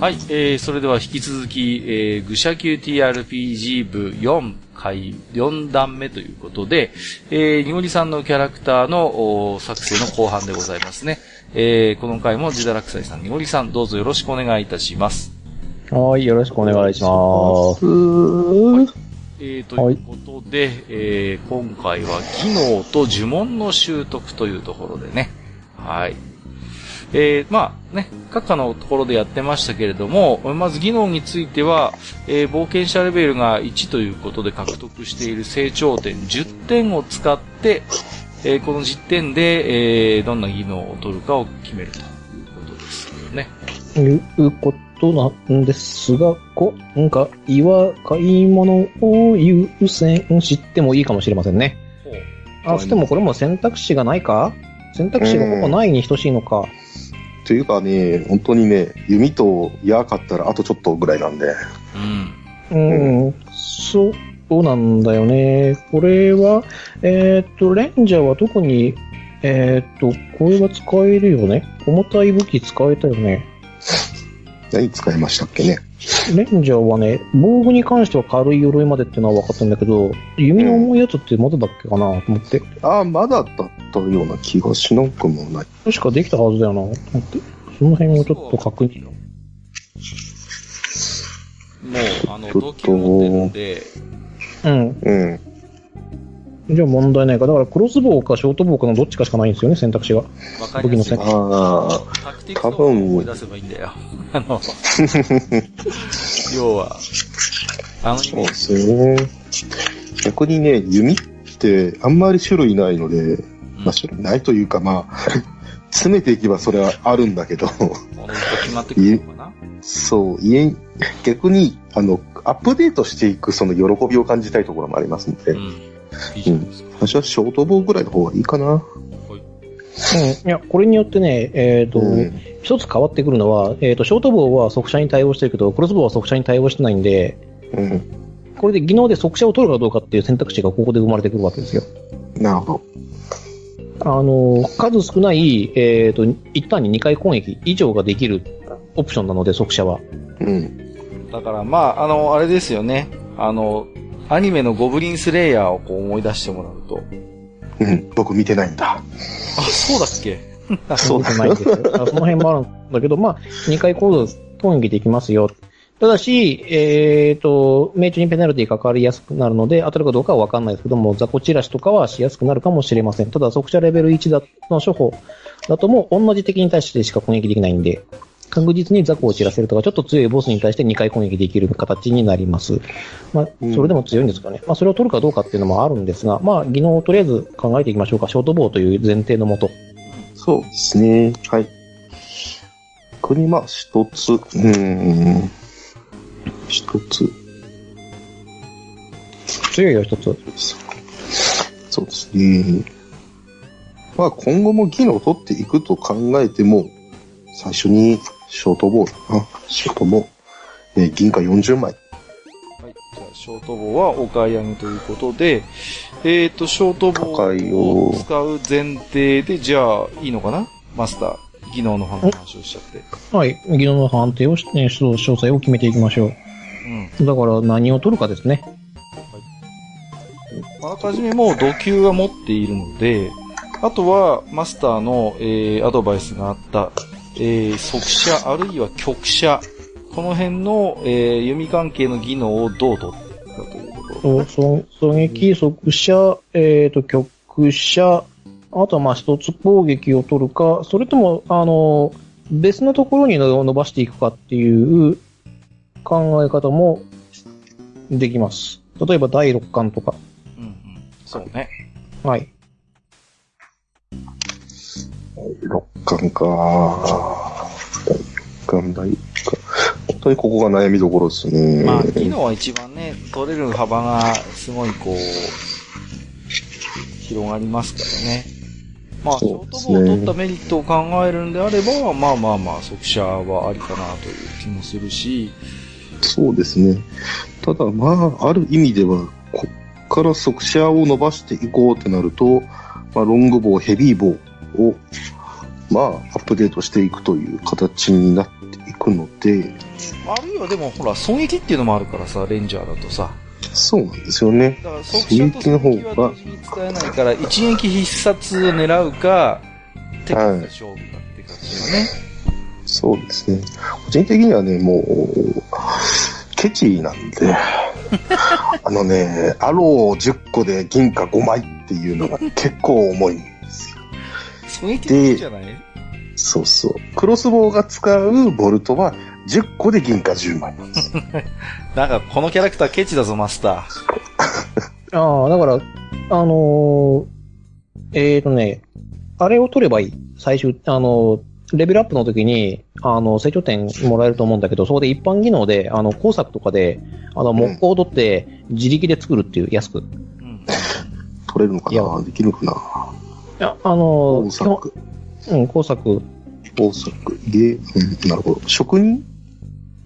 はい、えー、それでは引き続き、えー、愚者級 TRPG 部4回、4段目ということで、えー、にごりさんのキャラクターのおー作成の後半でございますね。えー、この回も自堕落斎さん、にごりさん、どうぞよろしくお願いいたします。はい、よろしくお願いします。えー、ということで、えー、今回は技能と呪文の習得というところでね。はい。えー、まあね、各科のところでやってましたけれども、まず技能については、えー冒険者レベルが1ということで獲得している成長点10点を使って、えーこの10点で、えーどんな技能を取るかを決めるということですよね。ということなんですが、こんかいは買い物を優先してもいいかもしれませんね。ほうあ、してもこれも選択肢がないか選択肢がほぼないに等しいのか。というかね、本当にね、弓と矢かったらあとちょっとぐらいなんで。うん。うん、そうなんだよね。これは、えーっと、レンジャーは特に、えーっと、これは使えるよね。重たい武器使えたよね。何使いましたっけね。レンジャーはね、防具に関しては軽い鎧までってのは分かったんだけど、弓の重いやつってまだだっけかなと思って。ああ、まだだったような気がしなくもない。確かできたはずだよなと思って。その辺をちょっと確認。もう、あの、動機を持ってるんで、うん。うん。じゃあ問題ないか。だからクロスボウかショートボウかのどっちかしかないんですよね、選択肢が。わかりやすい。僕あタクティクスを思い出せばいいんだよ。あ の、要は、あのあ、そうですね。逆にね、弓ってあんまり種類ないので、まあ種類ないというかまあ、 詰めていけばそれはあるんだけど、おのずと決まってくるのかなそう、家に、逆に、あの、アップデートしていくその喜びを感じたいところもありますので、うん。いいじゃないですか。私はショートボウぐらいの方がいいかな。うん。いや、これによってね、えっ、と、うん一つ変わってくるのは、えっ、と、ショートボウは速射に対応してるけど、クロスボウは速射に対応してないんで、うん。これで技能で速射を取るかどうかっていう選択肢がここで生まれてくるわけですよ。なるほど。あの、数少ない、えっ、と、一旦に2回攻撃以上ができるオプションなので、速射は。うん。だから、まあ、あの、あれですよね。あの、アニメのゴブリンスレイヤーをこう思い出してもらうと。うん。僕見てないんだ。あ、そうだっけそうだなねいんですよ。だからその辺もあるんだけど、まあ、2回攻撃攻撃できますよ。ただし、えっ、と、命中にペナルティかかりやすくなるので、当たるかどうかはわかんないですけども、雑魚チラシとかはしやすくなるかもしれません。ただ、速射レベル1だの処方だともう同じ敵に対してしか攻撃できないんで、確実に雑魚を散らせるとか、ちょっと強いボスに対して2回攻撃できる形になります。まあ、うんそれでも強いんですかね。まあ、それを取るかどうかっていうのもあるんですが、まあ、技能をとりあえず考えていきましょうか。ショートボウという前提のもと。そうですね。はい。国、まあ、一つ。うん。一つ。強いよ、一つ。そうですね。まあ、今後も技能を取っていくと考えても、最初にショートボールだな。ショートボール。えー銀貨40枚。はい。じゃあ、ショート棒はお買い上げということで、えっ、と、ショート棒高いよを使う前提で、じゃあ、いいのかなマスター。技能の話をしちゃって。はい。技能の判定をして、ね、詳細を決めていきましょうん。う。だから何を取るかですね。あらかじめもう土球は持っているので、あとはマスターの、えーアドバイスがあった、えー速射あるいは曲射、この辺の、えー弓関係の技能をどう取ったかというところ。そう、そ狙撃、速射、えっ、と、曲射、あとはまあ一つ攻撃を取るか、それとも、あの、別のところにの伸ばしていくかっていう考え方もできます。例えば第6巻とか。うんうん、そうね。はい。六巻か。第六巻、第一巻。本当にここが悩みどころですね。まあ、技能は一番ね、取れる幅がすごいこう、広がりますからね。まあ、ショそうーでトすボねーを取ったメリットを考えるんであれば、まあまあまあ、速射はありかなという気もするし、そうですね。ただ、まあ、ある意味では、こっから速射を伸ばしていこうってなると、まあ、ロング棒、ヘビー棒を、まあ、アップデートしていくという形になっていくので、あるいはでも、ほら、損益っていうのもあるからさ、レンジャーだとさ。そうなんですよね。だから、即射と損益は同時に使えないから、一撃必殺を狙うか、手から勝負だって感じだよね。そうですね。個人的にはね、もう、ケチなん で、あのね、アロー10個で銀貨5枚っていうのが結構重いんですよ。損益っていいじゃないそうそう。クロスボウが使うボルトは10個で銀貨10枚なんですよ。なんか、このキャラクターケチだぞ、マスター。ああ、だから、あのーえーとね、あれを取ればいい。最終、あのーレベルアップの時に、あの、成長点もらえると思うんだけど、そこで一般技能で、あの、工作とかで、あの、木工を取って、自力で作るっていう、安く。うん。取れるのかいなやできるかないや、あの工ー基本作。うん、工作。工作。ゲー、うん、なるほど。職人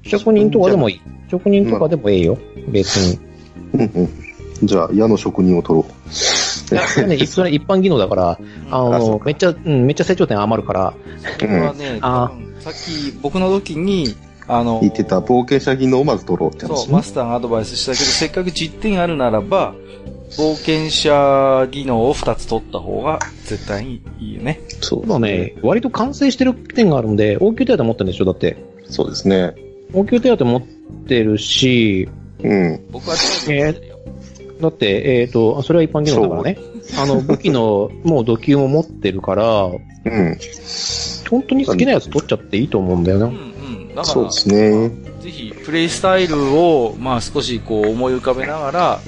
職人とかでもいい。職人とかでもええよ。別に。うんうん。じゃあ、矢の職人を取ろう。いや、それね、 それ一般技能だから、ああそのう、かめっちゃ、うん、めっちゃ成長点余るから、それはね、多あ分さっき僕の時に、あの、言ってた冒険者技能をまず取ろうってそ話う、ねマ。スターがアドバイスしたけど、せっかく10点あるならば、冒険者技能を2つ取った方が絶対にいいよね。そ今ね、割と完成してる点があるんで、応急手当持ってるんでしょだって。そうですね。応急手当持ってるし、うん。僕はちょっとよ。だって、えっ、と、あそれは一般技能だからね。あの、武器の、 もう土球も持ってるから、うん。本当に好きなやつ取っちゃっていいと思うんだような。んうん。だから、そうですね。ぜひ、プレイスタイルを、まあ少しこう思い浮かべながら、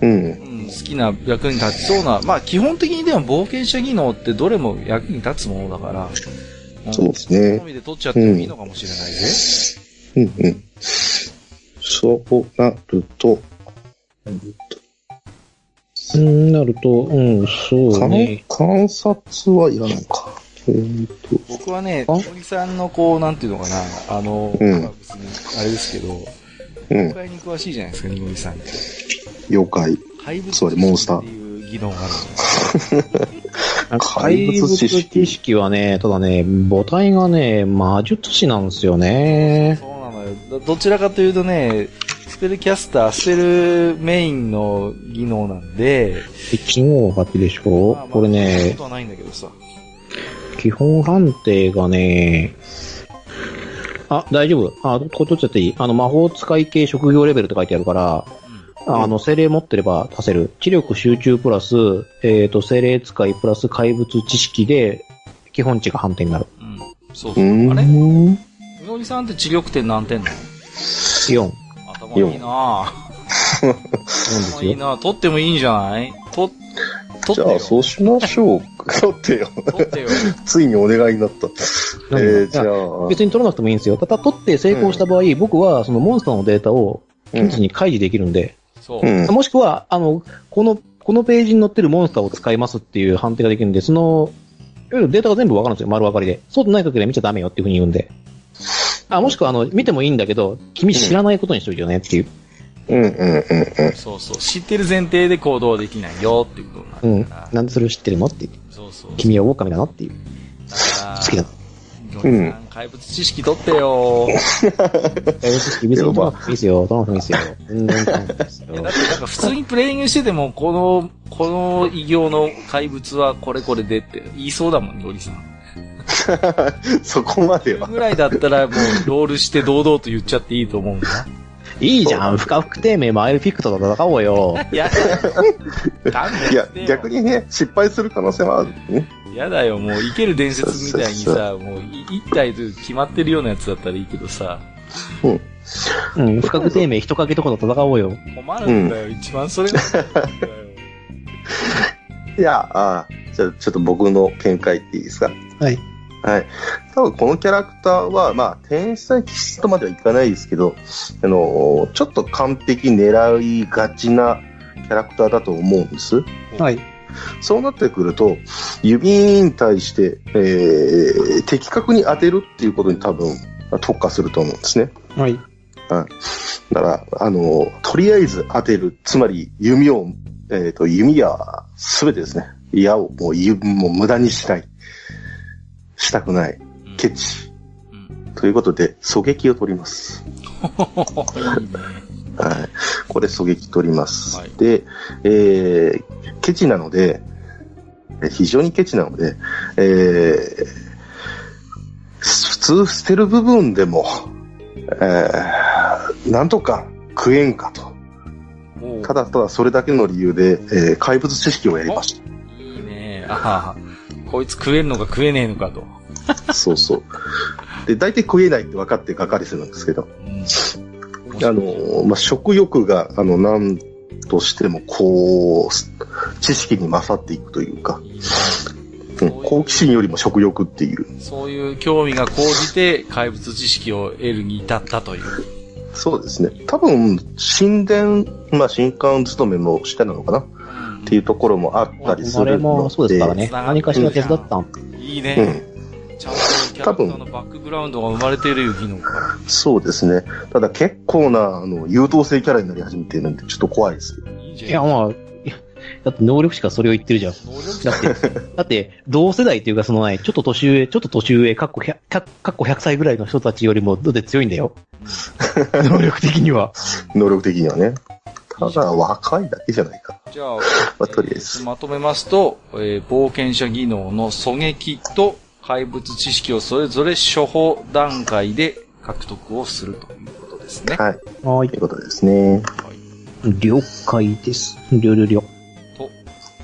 うん。うん、好きな役に立ちそうな、まあ基本的にでも冒険者技能ってどれも役に立つものだから、んそうですね好みで取っちゃってもいいのかもしれないぜ。うんうん。そうなると、うん、なると、うん、そう観ね。観察はいらないか。えーっと、僕はね、あ小木さんのこう、なんていうのかな、あの、うんまあ別にあれですけど、うん妖。怪に詳しいじゃないですか、ニゴリさんって。妖怪。怪物そうモンスターっていう技能がある怪物知識はね、ただね、母体がね、魔術師なんですよね。そうなのよ。どどちらかというとね、スペルキャスター、スペルメインの技能なんで、 1号がきでしょ、まあまあこそれんなこねと、はないんだけどさ。基本判定がね、あ、大丈夫。あ、こ取っちゃっていい。あの、魔法使い系職業レベルって書いてあるから、あの、精霊持ってれば足せる。知力集中プラス、えっ、と、精霊使いプラス怪物知識で、基本値が判定になる。うん。うん。そううそう。ーん。あれうんニゴリさんって知力点何点なの4。4頭いいなぁ。です頭いいよ。なぁ。取ってもいいんじゃない取、取じってゃあ、よ。そうしまし ょう。取ってよ。取ってよ。ついにお願いになった。えー、じゃあ、別に取らなくてもいいんですよ。ただ、取って成功した場合、僕はそのモンスターのデータを、うん現地に開示できるんで、そう。うん。もしくは、あの、この、このページに載ってるモンスターを使いますっていう判定ができるんで、その、いわゆるデータが全部わかるんですよ、丸分かりで。そうでない時は見ちゃダメよっていうふうに言うんで。あ、もしくは、あの、見てもいいんだけど、君知らないことにしといてよねっていう。うんうんうんうん。そうそう。知ってる前提で行動はできないよっていうことうにんなる。から。なんでそれを知ってるのっていう。そうそう。君は狼だなっていう。だから、好きだ。ジョニーさん、怪物知識取ってよ。え、別に取らなくてもいいですよ。取らなくてもいいですよ。全然取らなくてもいいですいやよだっ。てなんか普通にプレイングしてても、この、この異形の怪物はこれこれでって言いそうだもん、ニゴリさん。そこまでは。ぐらいだったらもうロールして堂々と言っちゃっていいと思うんだ。いいじゃん。不可不定名マイルフィクトと戦おうよ。いや、勘弁いやしてよ、逆。にね、失敗する可能性はあるね。やだよ、もう生ける伝説みたいにさ、もうい一体と決まってるようなやつだったらいいけどさ、うん。不可不定名人影とかと戦おうよ。困るんだよ、一番それが困るんだよ。いや、あーじゃあ、ちょっと僕の見解っていいですかはい。はい。多分このキャラクターは、まあ、天才気質とまではいかないですけど、あのー、ちょっと完璧狙いがちなキャラクターだと思うんです。はい。そうなってくると、指に対して、えー、的確に当てるっていうことに多分特化すると思うんですね。はい。だから、あの、とりあえず当てる。つまり、弓を、えっ、と、弓矢、すべてですね。矢をもう、ゆもう無駄にしない。したくない。うんケチ。うんということで、狙撃を取ります。いいね。はい。これ狙撃取ります。はいで、えー、ケチなので、えー非常にケチなので、えー、普通捨てる部分でも、えー、なんとか食えんかと。おうただただそれだけの理由で、えー怪物知識をやりましいいね。ああ、こいつ食えるのか食えねえのかと。 た。そうそう。で、大体食えないって分かってがっかりするんですけど、あのー、まあ、食欲が、あの、なんとしても、こうす、知識に勝っていくというか、いいねうんそういう好奇心よりも食欲っていう。そういう興味が高じて怪物知識を得るに至ったという。そうですね。多分、神殿、まあ、神官勤めもしてなのかなっていうところもあったりすあれるのもで。そうですからね。で何かしら手伝ったん。いいうね。ん。ちゃんとキャラクターのバックグラウンドが生まれている技能かそうですね。ただ結構な、あの、優等生キャラになり始めてるんで、ちょっと怖いです。ら。いいんじいゃや、ないまあ、いやだって能力者がそれを言ってるじゃん。能力者だ って、だって、同世代っていうか、そのね、ちょっと年上、ちょっと年上、かっこ 100, かっこ100歳ぐらいの人たちよりも、だって強いんだ よ。能力的には。能力的にはね。ただ、若いだけじゃないか。じゃあ、まあとりあえずーまとめますと、えー冒険者技能の狙撃と怪物知識をそれぞれ処方段階で獲得をするということですね。はい。はいとい。うことですね。了解です。りょりょりょ。と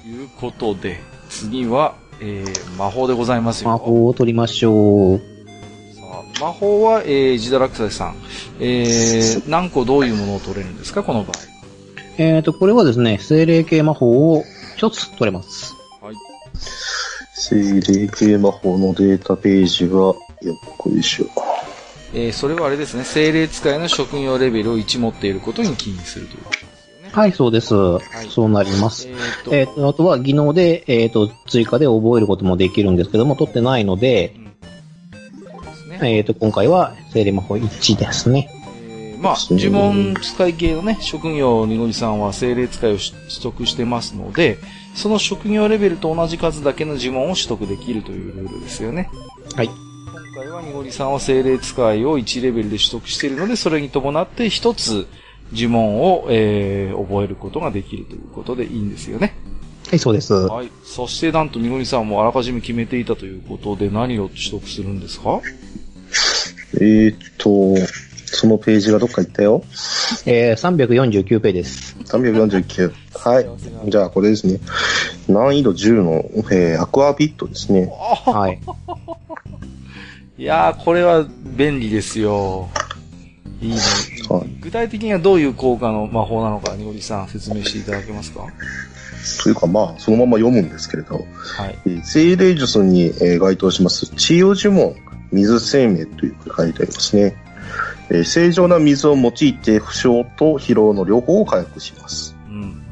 いうことで、次は、えー魔法でございますよ。魔法を取りましょう。さあ魔法は、えー、ジダラクサイさん。えー、何個どういうものを取れるんですか、この場えっ、ー、と、これはですね、精霊系魔法を一つ取れます。合。はい。精霊系魔法のデータページが、よっこいしょ。えー、それはあれですね、精霊使いの職業レベルを1持っていることに起因するということですよね。はい、そうです。いそうなります。えー、っと、えっ、と、あとは技能で、えっ、と、追加で覚えることもできるんですけども、取ってないので、うんそうですね。えっ、と、今回は精霊魔法1ですね。えーまあ、呪文使い系のね、職業にのりさんは精霊使いを取得してますので、その職業レベルと同じ数だけの呪文を取得できるというルールですよね。はい。今回はにごりさんは精霊使いを1レベルで取得しているので、それに伴って1つ呪文を、えー覚えることができるということでいいんですよね。はい、そうです。はい。そしてなんとにごりさんもあらかじめ決めていたということで、何を取得するんですかえー、っと、そのページがどっか行ったよ。えー、349ページです。 349。はい。じゃあ、これですね。難易度10の、えーアクアビットですね。はい。いやー、これは便利ですよ。いいね。はい具体的にはどういう効果の魔法なのか、にごりさん説明していただけますかというか、まあ、そのまま読むんですけれど、はい。えー精霊術に、えー該当します、治療呪文、水生命というふうに書いてありますね。えー正常な水を用いて、負傷と疲労の両方を回復します。うん。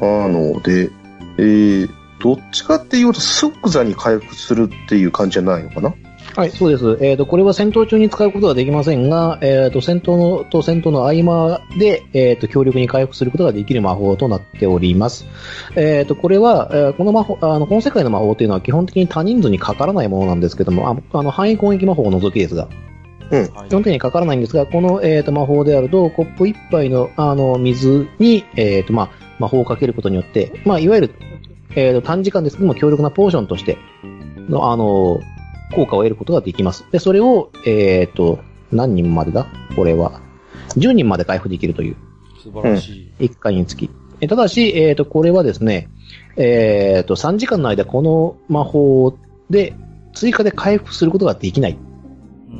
なので、えーどっちかっていうと、即座に回復するっていう感じじゃないのかなはい、そうです。えっ、と、これは戦闘中に使うことはできませんが、えっ、と、戦闘の、と戦闘の合間で、えっ、と、強力に回復することができる魔法となっております。えっ、と、これは、えーこの魔法、あの、この世界の魔法というのは基本的に他人数にかからないものなんですけども、ああの、範囲攻撃魔法を除きですが、はい基本的にかからないんですが、この、えっ、と、魔法であると、コップ一杯の、あの、水に、えっ、と、まあ、魔法をかけることによって、まあ、いわゆる、えっ、と、短時間ですけども、強力なポーションとして、の、あの、効果を得ることができます。で、それを、えっ、と、何人までだこれは。10人まで回復できるという、素晴らしい。 1回につき。えただし、えっ、と、これはですね、えっ、と、3時間の間、この魔法で、追加で回復することができない。う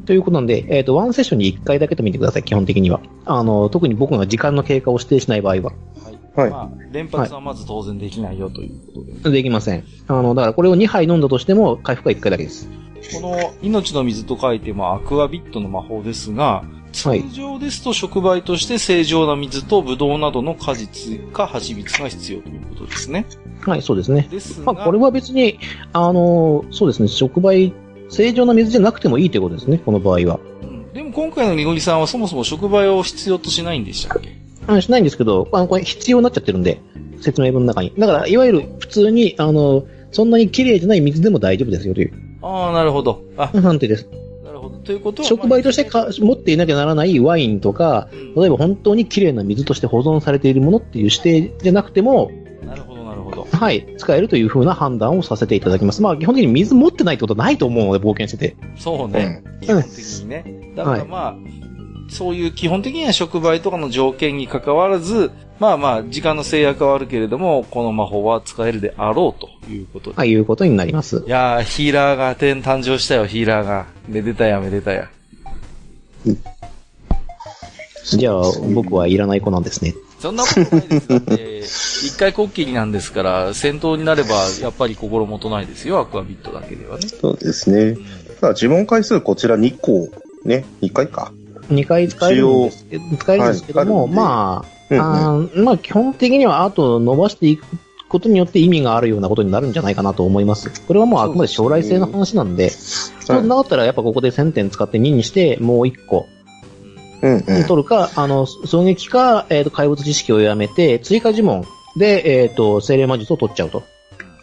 ん。ということなんで、えっ、と、ワンセッションに1回だけと見てください、基本的には。あの、特に僕が時間の経過を指定しない場合は。は。はいいまあ、連発はまず当然できないよということで。できません。あの、だからこれを2杯飲んだとしても、回復は1回だけです。この、命の水と書いて、まあ、アクアビットの魔法ですが、はい通。常ですと触媒として正常な水とブドウなどの果実か蜂蜜が必要ということですね。はい、そうですね。ですまが、あ、これは別に、あの、そうですね、触媒、正常な水じゃなくてもいいということですね、この場合は。うんでも今回のにごりさんはそもそも触媒を必要としないんでしたっけうん、しないんですけど、あの、これ必要になっちゃってるんで、説明文の中に。だから、いわゆる普通に、あの、そんなに綺麗じゃない水でも大丈夫ですよというああ、なるほど。あ、判定です。なるほど。ということは、触媒としてまあか持っていなきゃならないワインとか、例えば本当に綺麗な水として保存されているものっていう指定じゃなくても、なるほど、なるほど。はい、使えるというふうな判断をさせていただきます。まあ、基本的に水持ってないってことはないと思うので、冒険してて。そうね。基本的にね。だからまあ、そういう基本的には触媒とかの条件に関わらず、まあまあ、時間の制約はあるけれども、この魔法は使えるであろうということで。はい、いうことになりますい。やー、ヒーラーが天誕生したよ、ヒーラーが。めでたや、めでたや。じゃあ、僕はいらない子なんですね。そんなことないです。だ って、一回こっきりなんですから、戦闘になれば、やっぱり心もとないですよ、アクアビットだけではね。そうですね。ただ、呪文回数こちら2個、ね、2回か。 2回使えるんですけど、使えるんですけども、はいまうあ、んうんあーまあ、基本的にはあと伸ばしていくことによって意味があるようなことになるんじゃないかなと思います。これはもうあくまで将来性の話なんで、そうなかったらやっぱここで1000点使って2にして、もう1個うんうん。取るか、あの、狙撃か、えっ、と、怪物知識をやめて、追加呪文で、えっ、と、精霊魔術を取っちゃうと。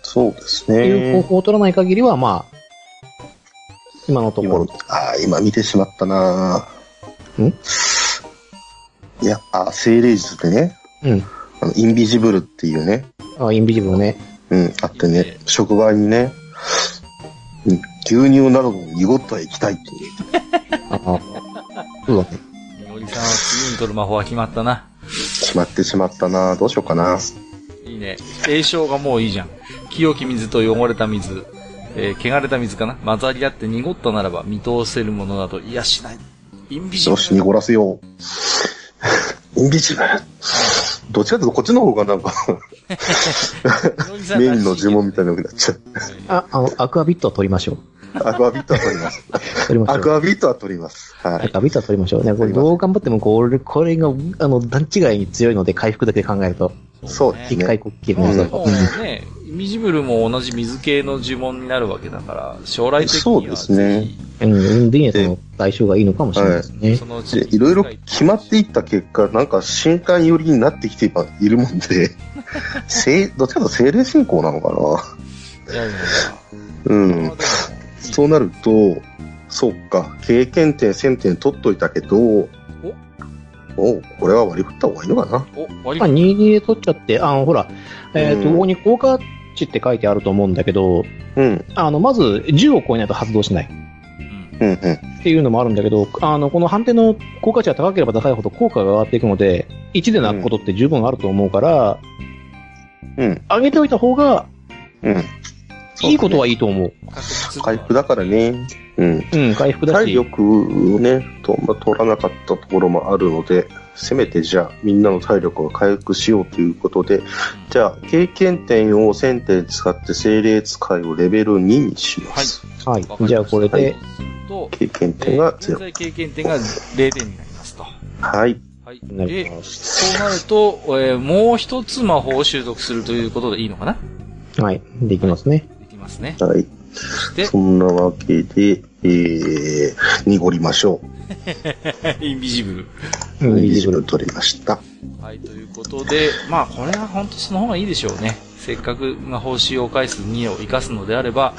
そうですいう方ね。法を取らない限りは、まあ、今のとこ今ろ。ああ、今見てしまったなぁんいや、あ、精霊術でね、うん。あの、インビジブルっていうね、あインビジブルね。うん、あっていいねね、職場にね、うん牛乳などの濁った液体っていうああ。そうだね。みおりさんは次に取る魔法は決まったな。決まってしまったなぁどうしようかないいね。栄称がもういいじゃん。清き水と汚れた水、えー汚れた水かな混ざり合って濁ったならば、見通せるものなど、いやしない。インビジよブル。し、濁らせよう。 インビジブル。どっちかというとこっちの方がなんか、みおりさんメイらしンいの呪文みたいなのになっちゃう。あ、あの、アクアビットは取りましょう。アクアビットは取ります。取りましょう。アクアビットは取ります。ははいい。アビットは取りましょうね。これどう頑張っても、これ、これが、あの、段違いに強いので、回復だけで考えると、そうねです一ね。回こっきりまのあ技でだともね、インビジブルも同じ水系の呪文になるわけだから、将来的そうにではすねぜうん、うん、ディーネさんの相性がいいのかもしれないですひ、ねそ。のうちでいろいろ決まっていった結果、なんか新刊寄りになってきているもんで、せいどっちかというと精霊信仰なのかいやいやいやなうまあでんも。そうなると、そうか、経験点1000点取っといたけど、おこれは割り振った方がいいのかなお、割まあ、り22で取っちゃって、あの、ほら、えっ、と、うんここに効果値って書いてあると思うんだけど、うん、あの、まず、10を超えないと発動しないうんうん、うん。っていうのもあるんだけど、あの、この判定の効果値が高ければ高いほど効果が上がっていくので、1で泣くことって十分あると思うから、うん、上げておいた方が、うん。いいことはいいと思う。確立する回復だからね。うん。うん、回復だ体し。力をね、とまあ取らなかったところもあるので、せめてじゃあ、みんなの体力を回復しようということで、じゃあ、経験点を1000点使って精霊使いをレベル2にします。はいわかりましたじゃあこれで。そうすると、経験点えがー現0。在経験点が0点になりますと。はい。はい。なりで、ますそうなると、えーもう一つ魔法を習得するということでいいのかなはい、できますね。できますね。はい。そして、そんなわけで、えー、濁りましょ インビジブル。うう。ん、イインビジジブブルル。取りました。はい、ということで、まあ、これは本当その方がいいでしょうね。せっかく魔法使用回数2を活かすのであれば、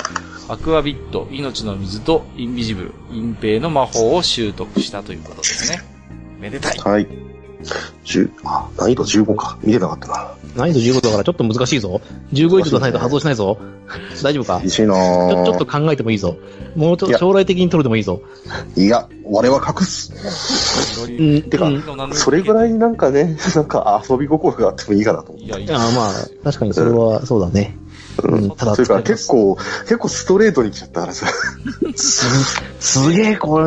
アクアビット、命の水とインビジブル、隠蔽の魔法を習得したということですね。めでたい。はい。10、あ、難易度15か。見てなかったな。難易度15だからちょっと難しいぞ。15以上出さないと発動しないぞ。大丈夫か厳しいちなょぁちょっと考えてもいいぞ。もうちょっといや将来的に取るでもいいぞ。いや、我は隠す。うん、てかうんそれぐい。らいなんかね、 なんか遊び心があってもいいかなと思いや、いいああまあ、確かにそれは、そうだね。う。うん、ただというか結す、構、結構ストレートに来ちゃったからさ。すげえ、これ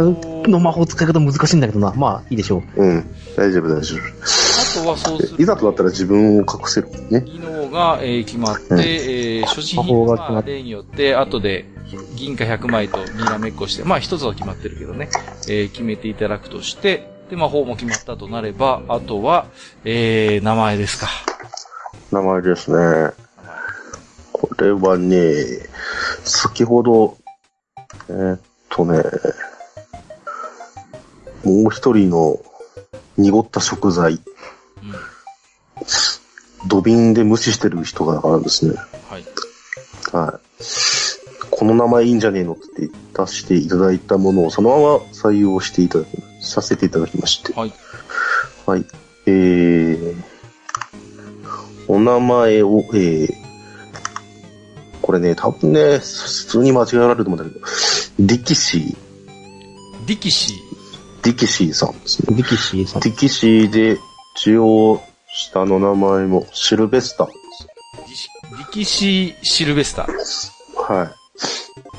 の魔法使い方難しいんだけどな。まあ、いいでしょう。うん。大丈夫、大丈あとはそうす夫。いるざとなったら自分を隠せるもんね。技能が、えー決まって、うんえー所持品魔法がは決ままあっ例によって、後で銀貨100枚とにらめっこして、まあ一つは決まってるけどね、えー決めていただくとして、で、魔法も決まったとなれば、あとは、えー、名前ですか。名前ですね。これはね、先ほど、えーっとね、もう一人の濁った食材、うん。土瓶で無視してる人がからですね。はい。はい。この名前いいんじゃねえのって出していただいたものをそのまま採用していただき、させていただきまして。はい。はい。えー、お名前を、えー、これね、多分ね、普通に間違えられると思うんだけど、ディキシ力士。ー、ディキシーさんですね。力士さん。ディキシーで、一応、下の名前も、シルベスターです力士シルベスター。はい。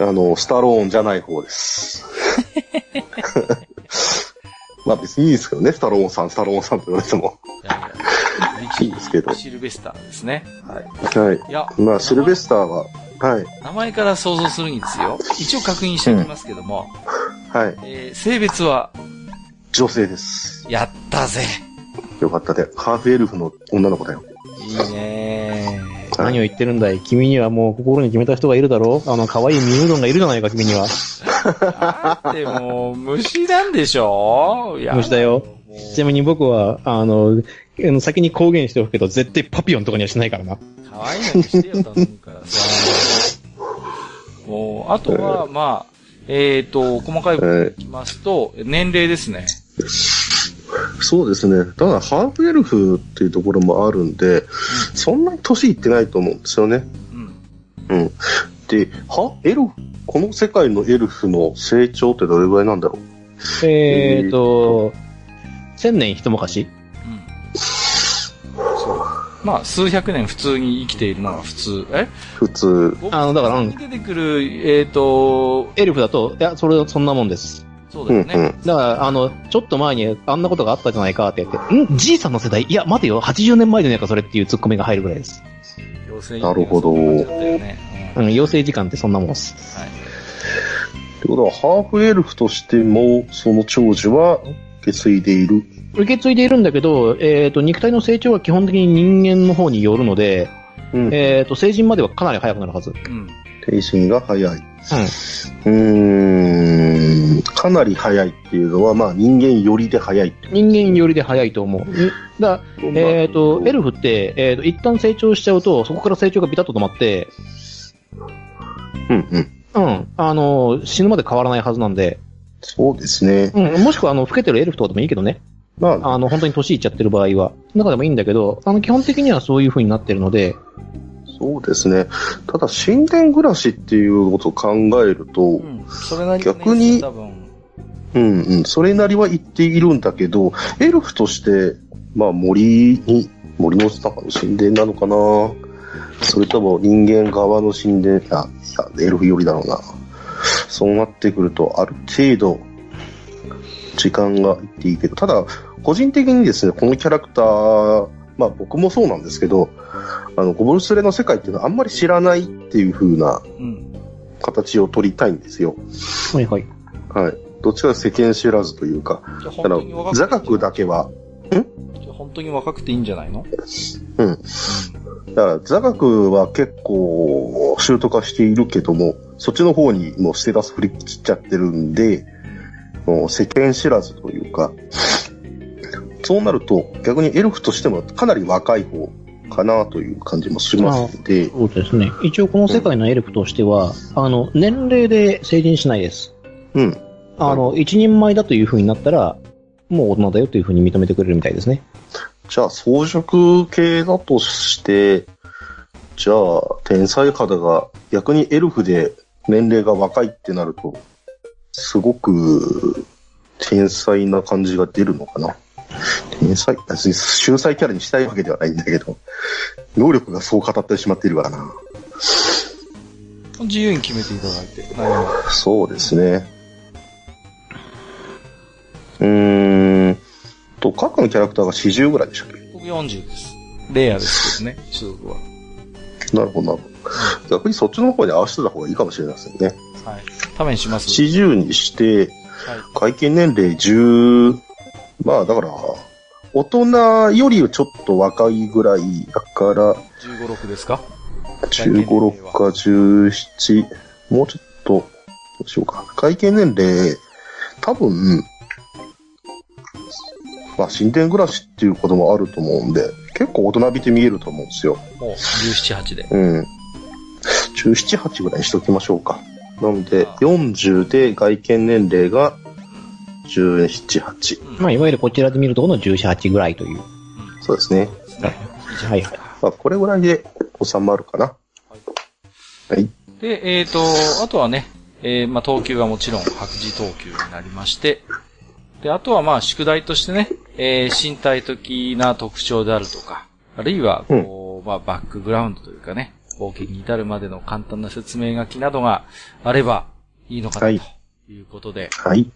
あの、スタローンじゃない方です。 まあ別にいいですけどね、スタローンさん、スタローンさんと言われても。いやいやいいですけど力士シルベスターですね。はいや、い。まあ、シルベスターは、はい、名前から想像するにですよ。一応確認しておきますけども、はい、えー性別は、女性です。やったぜ。よかったで、ハーフエルフの女の子だよ。いいねはい何を言ってるんだい君にはもう心に決めた人がいるだろうあの、可愛いミニうどんがいるじゃないか、君には。だってもう、虫なんでしょいや虫だよ。もちなみに僕は、あの、あの先に公言しておくけど、絶対パピオンとかにはしないからな。う可愛いのにしてよ、頼むからさ。もう、あとは、まあ、えっ、と、細かい部分えいきますと、年齢ですね。ーそうですね。ただ、ハーフエルフっていうところもあるんで、そんなに年いってないと思うんですよね。うん。うん。で、はエルフこの世界のエルフの成長ってどれぐらいなんだろうえーと、千年一昔うん。そう。まあ、数百年普通に生きているのが普通。え普通。あのだからうん出てくる、えっ、と、エルフだと、いや、それ、そんなもんです。そううだんうよね。ん。だから、あの、ちょっと前にあんなことがあったじゃないかって言って、んじいさんの世代いや、待てよ、80年前じゃないか、それっていうツッコミが入るぐらいです。養成なるほどそういう感じだったよねうん、養成時間ってそんなもんです。ってことは、ハーフエルフとしても、その長寿は受け継いでいる。受け継いでいるんだけど、えっ、と、肉体の成長は基本的に人間の方によるので、うん。えっ、と、成人まではかなり早くなるはず。うん。うん。うん。転身が早い。うーん。かなり早いっていうのは、まあ人間よりで早いっていう。人間よりで早いと思う。だからえっ、と、エルフって、えっ、と、一旦成長しちゃうと、そこから成長がビタッと止まって、うんうん。うん、あの、死ぬまで変わらないはずなんで、そうですね。うん、もしくは、あの、老けてるエルフとかでもいいけどね。まあ、あの、本当に年いっちゃってる場合は。中でもいいんだけど、あの、基本的にはそういう風になってるので、そうですね。ただ、神殿暮らしっていうことを考えると、うん。それなり逆に多分、うんうん、それなりは言っているんだけど、エルフとして、まあ森に、森の中の神殿なのかなそれとも人間側の神殿、あ、いや、エルフよりだろうな。そうなってくると、ある程度、時間がいっていいけど、ただ、個人的にですね、このキャラクター、まあ僕もそうなんですけど、あの、ゴブルスレの世界っていうのはあんまり知らないっていう風なうん。形を取りたいんですよ。はいはい。はい。どっちかというと世間知らずというか、じゃああ本当にの、若座くていいん学じゃだけは、じゃあ本当に若くていいんじゃないのうん。だから座学は結構、習得化しているけども、そっちの方にもうステータス振り切っちゃってるんで、もう世間知らずというか、そうなると逆にエルフとしてもかなり若い方かなという感じもしますので、そうですね。一応、この世界のエルフとしては、あの、年齢で成人しないです。うん。あの、一人前だという風になったら、もう大人だよという風に認めてくれるみたいですね。じゃあ装飾系だとして、じゃあ天才肌が逆にエルフで年齢が若いってなると、すごく天才な感じが出るのかな。天才、別に秀才キャラにしたいわけではないんだけど、能力がそう語ってしまっているからな。うん。自由に決めていただいて。内容はそうですね。うーんと、各のキャラクターが40ぐらいでしたっけ僕40です。レアですけどね、所属は。なるほど、なるほど。逆にそっちの方に合わせてた方がいいかもしれないですよね。はい。ためにします。 40にして、はい。解禁年齢10、まあだから、大人よりちょっと若いぐらいだから、 15、6ですか15、6か17、もうちょっと、どうしようか。会見年齢、多分、まあ、神殿暮らしっていうこともあると思うんで、結構大人びて見えると思うんですよ。もう17、8で。うん。17、8ぐらいにしときましょうか。なので、40で外見年齢が17、8。まあ、いわゆるこちらで見るとこの17、8ぐらいという。そうですね。はいはい。まあ、これぐらいで収まるかな。はい。で、えっ、と、あとはね、えーまあ、投球はもちろん白磁投球になりまして、で、あとはまあ、宿題としてね、えー身体的な特徴であるとか、あるいは、こう、まあ、バックグラウンドというかね、冒険に至るまでの簡単な説明書きなどがあればいいのかな、はいということで、はい。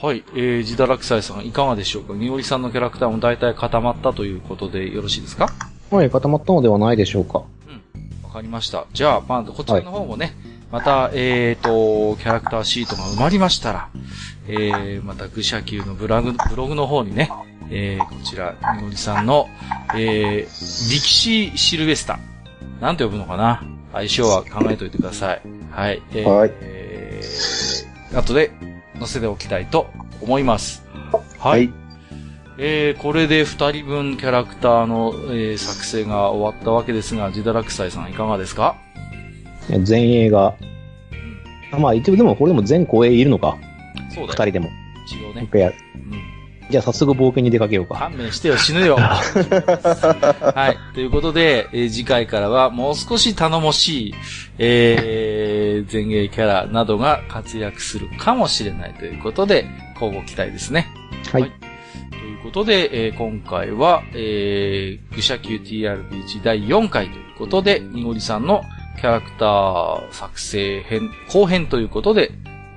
はい、えー、ジダラクサイさんいかがでしょうかニオリさんのキャラクターも大体固まったということでよろしいですかはい、固まったのではないでしょうか。わかりました。じゃあ、まあ、こちらの方もね、また、えっ、と、キャラクターシートが埋まりましたら、えー、また、愚者級のブラグ、ブログの方にね、えー、こちら、みのりさんの、えー、力士シルベスタ。なんて呼ぶのかな相性は考えておいてください。はい。えーはいえー、後で、載せておきたいと思います。ははいい。えー、これで二人分キャラクターの、えー作成が終わったわけですが、ジダラクサイさんいかがですか前衛が。まあ、一応でも、これでも全後衛いるのか。そう二だよ。人でも。一応一ね。回やる。うん。じゃあ、早速冒険に出かけようか。 勘弁してよ、死 ぬよ。はい。ということで、えー次回からはもう少し頼もしい、えー、前衛キャラなどが活躍するかもしれないということで、交互期待ですね。はいということで、えー今回は、えー、愚者級 TRPG 第4回ということで、にごりさんのキャラクター作成編、後編ということで、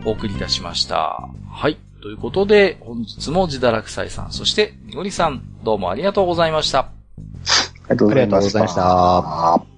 お送りいたしました。はい。ということで、本日も自堕落斎さん、そして、にごりさん、どうもありがとうございました。ありがとありがとうございました。た。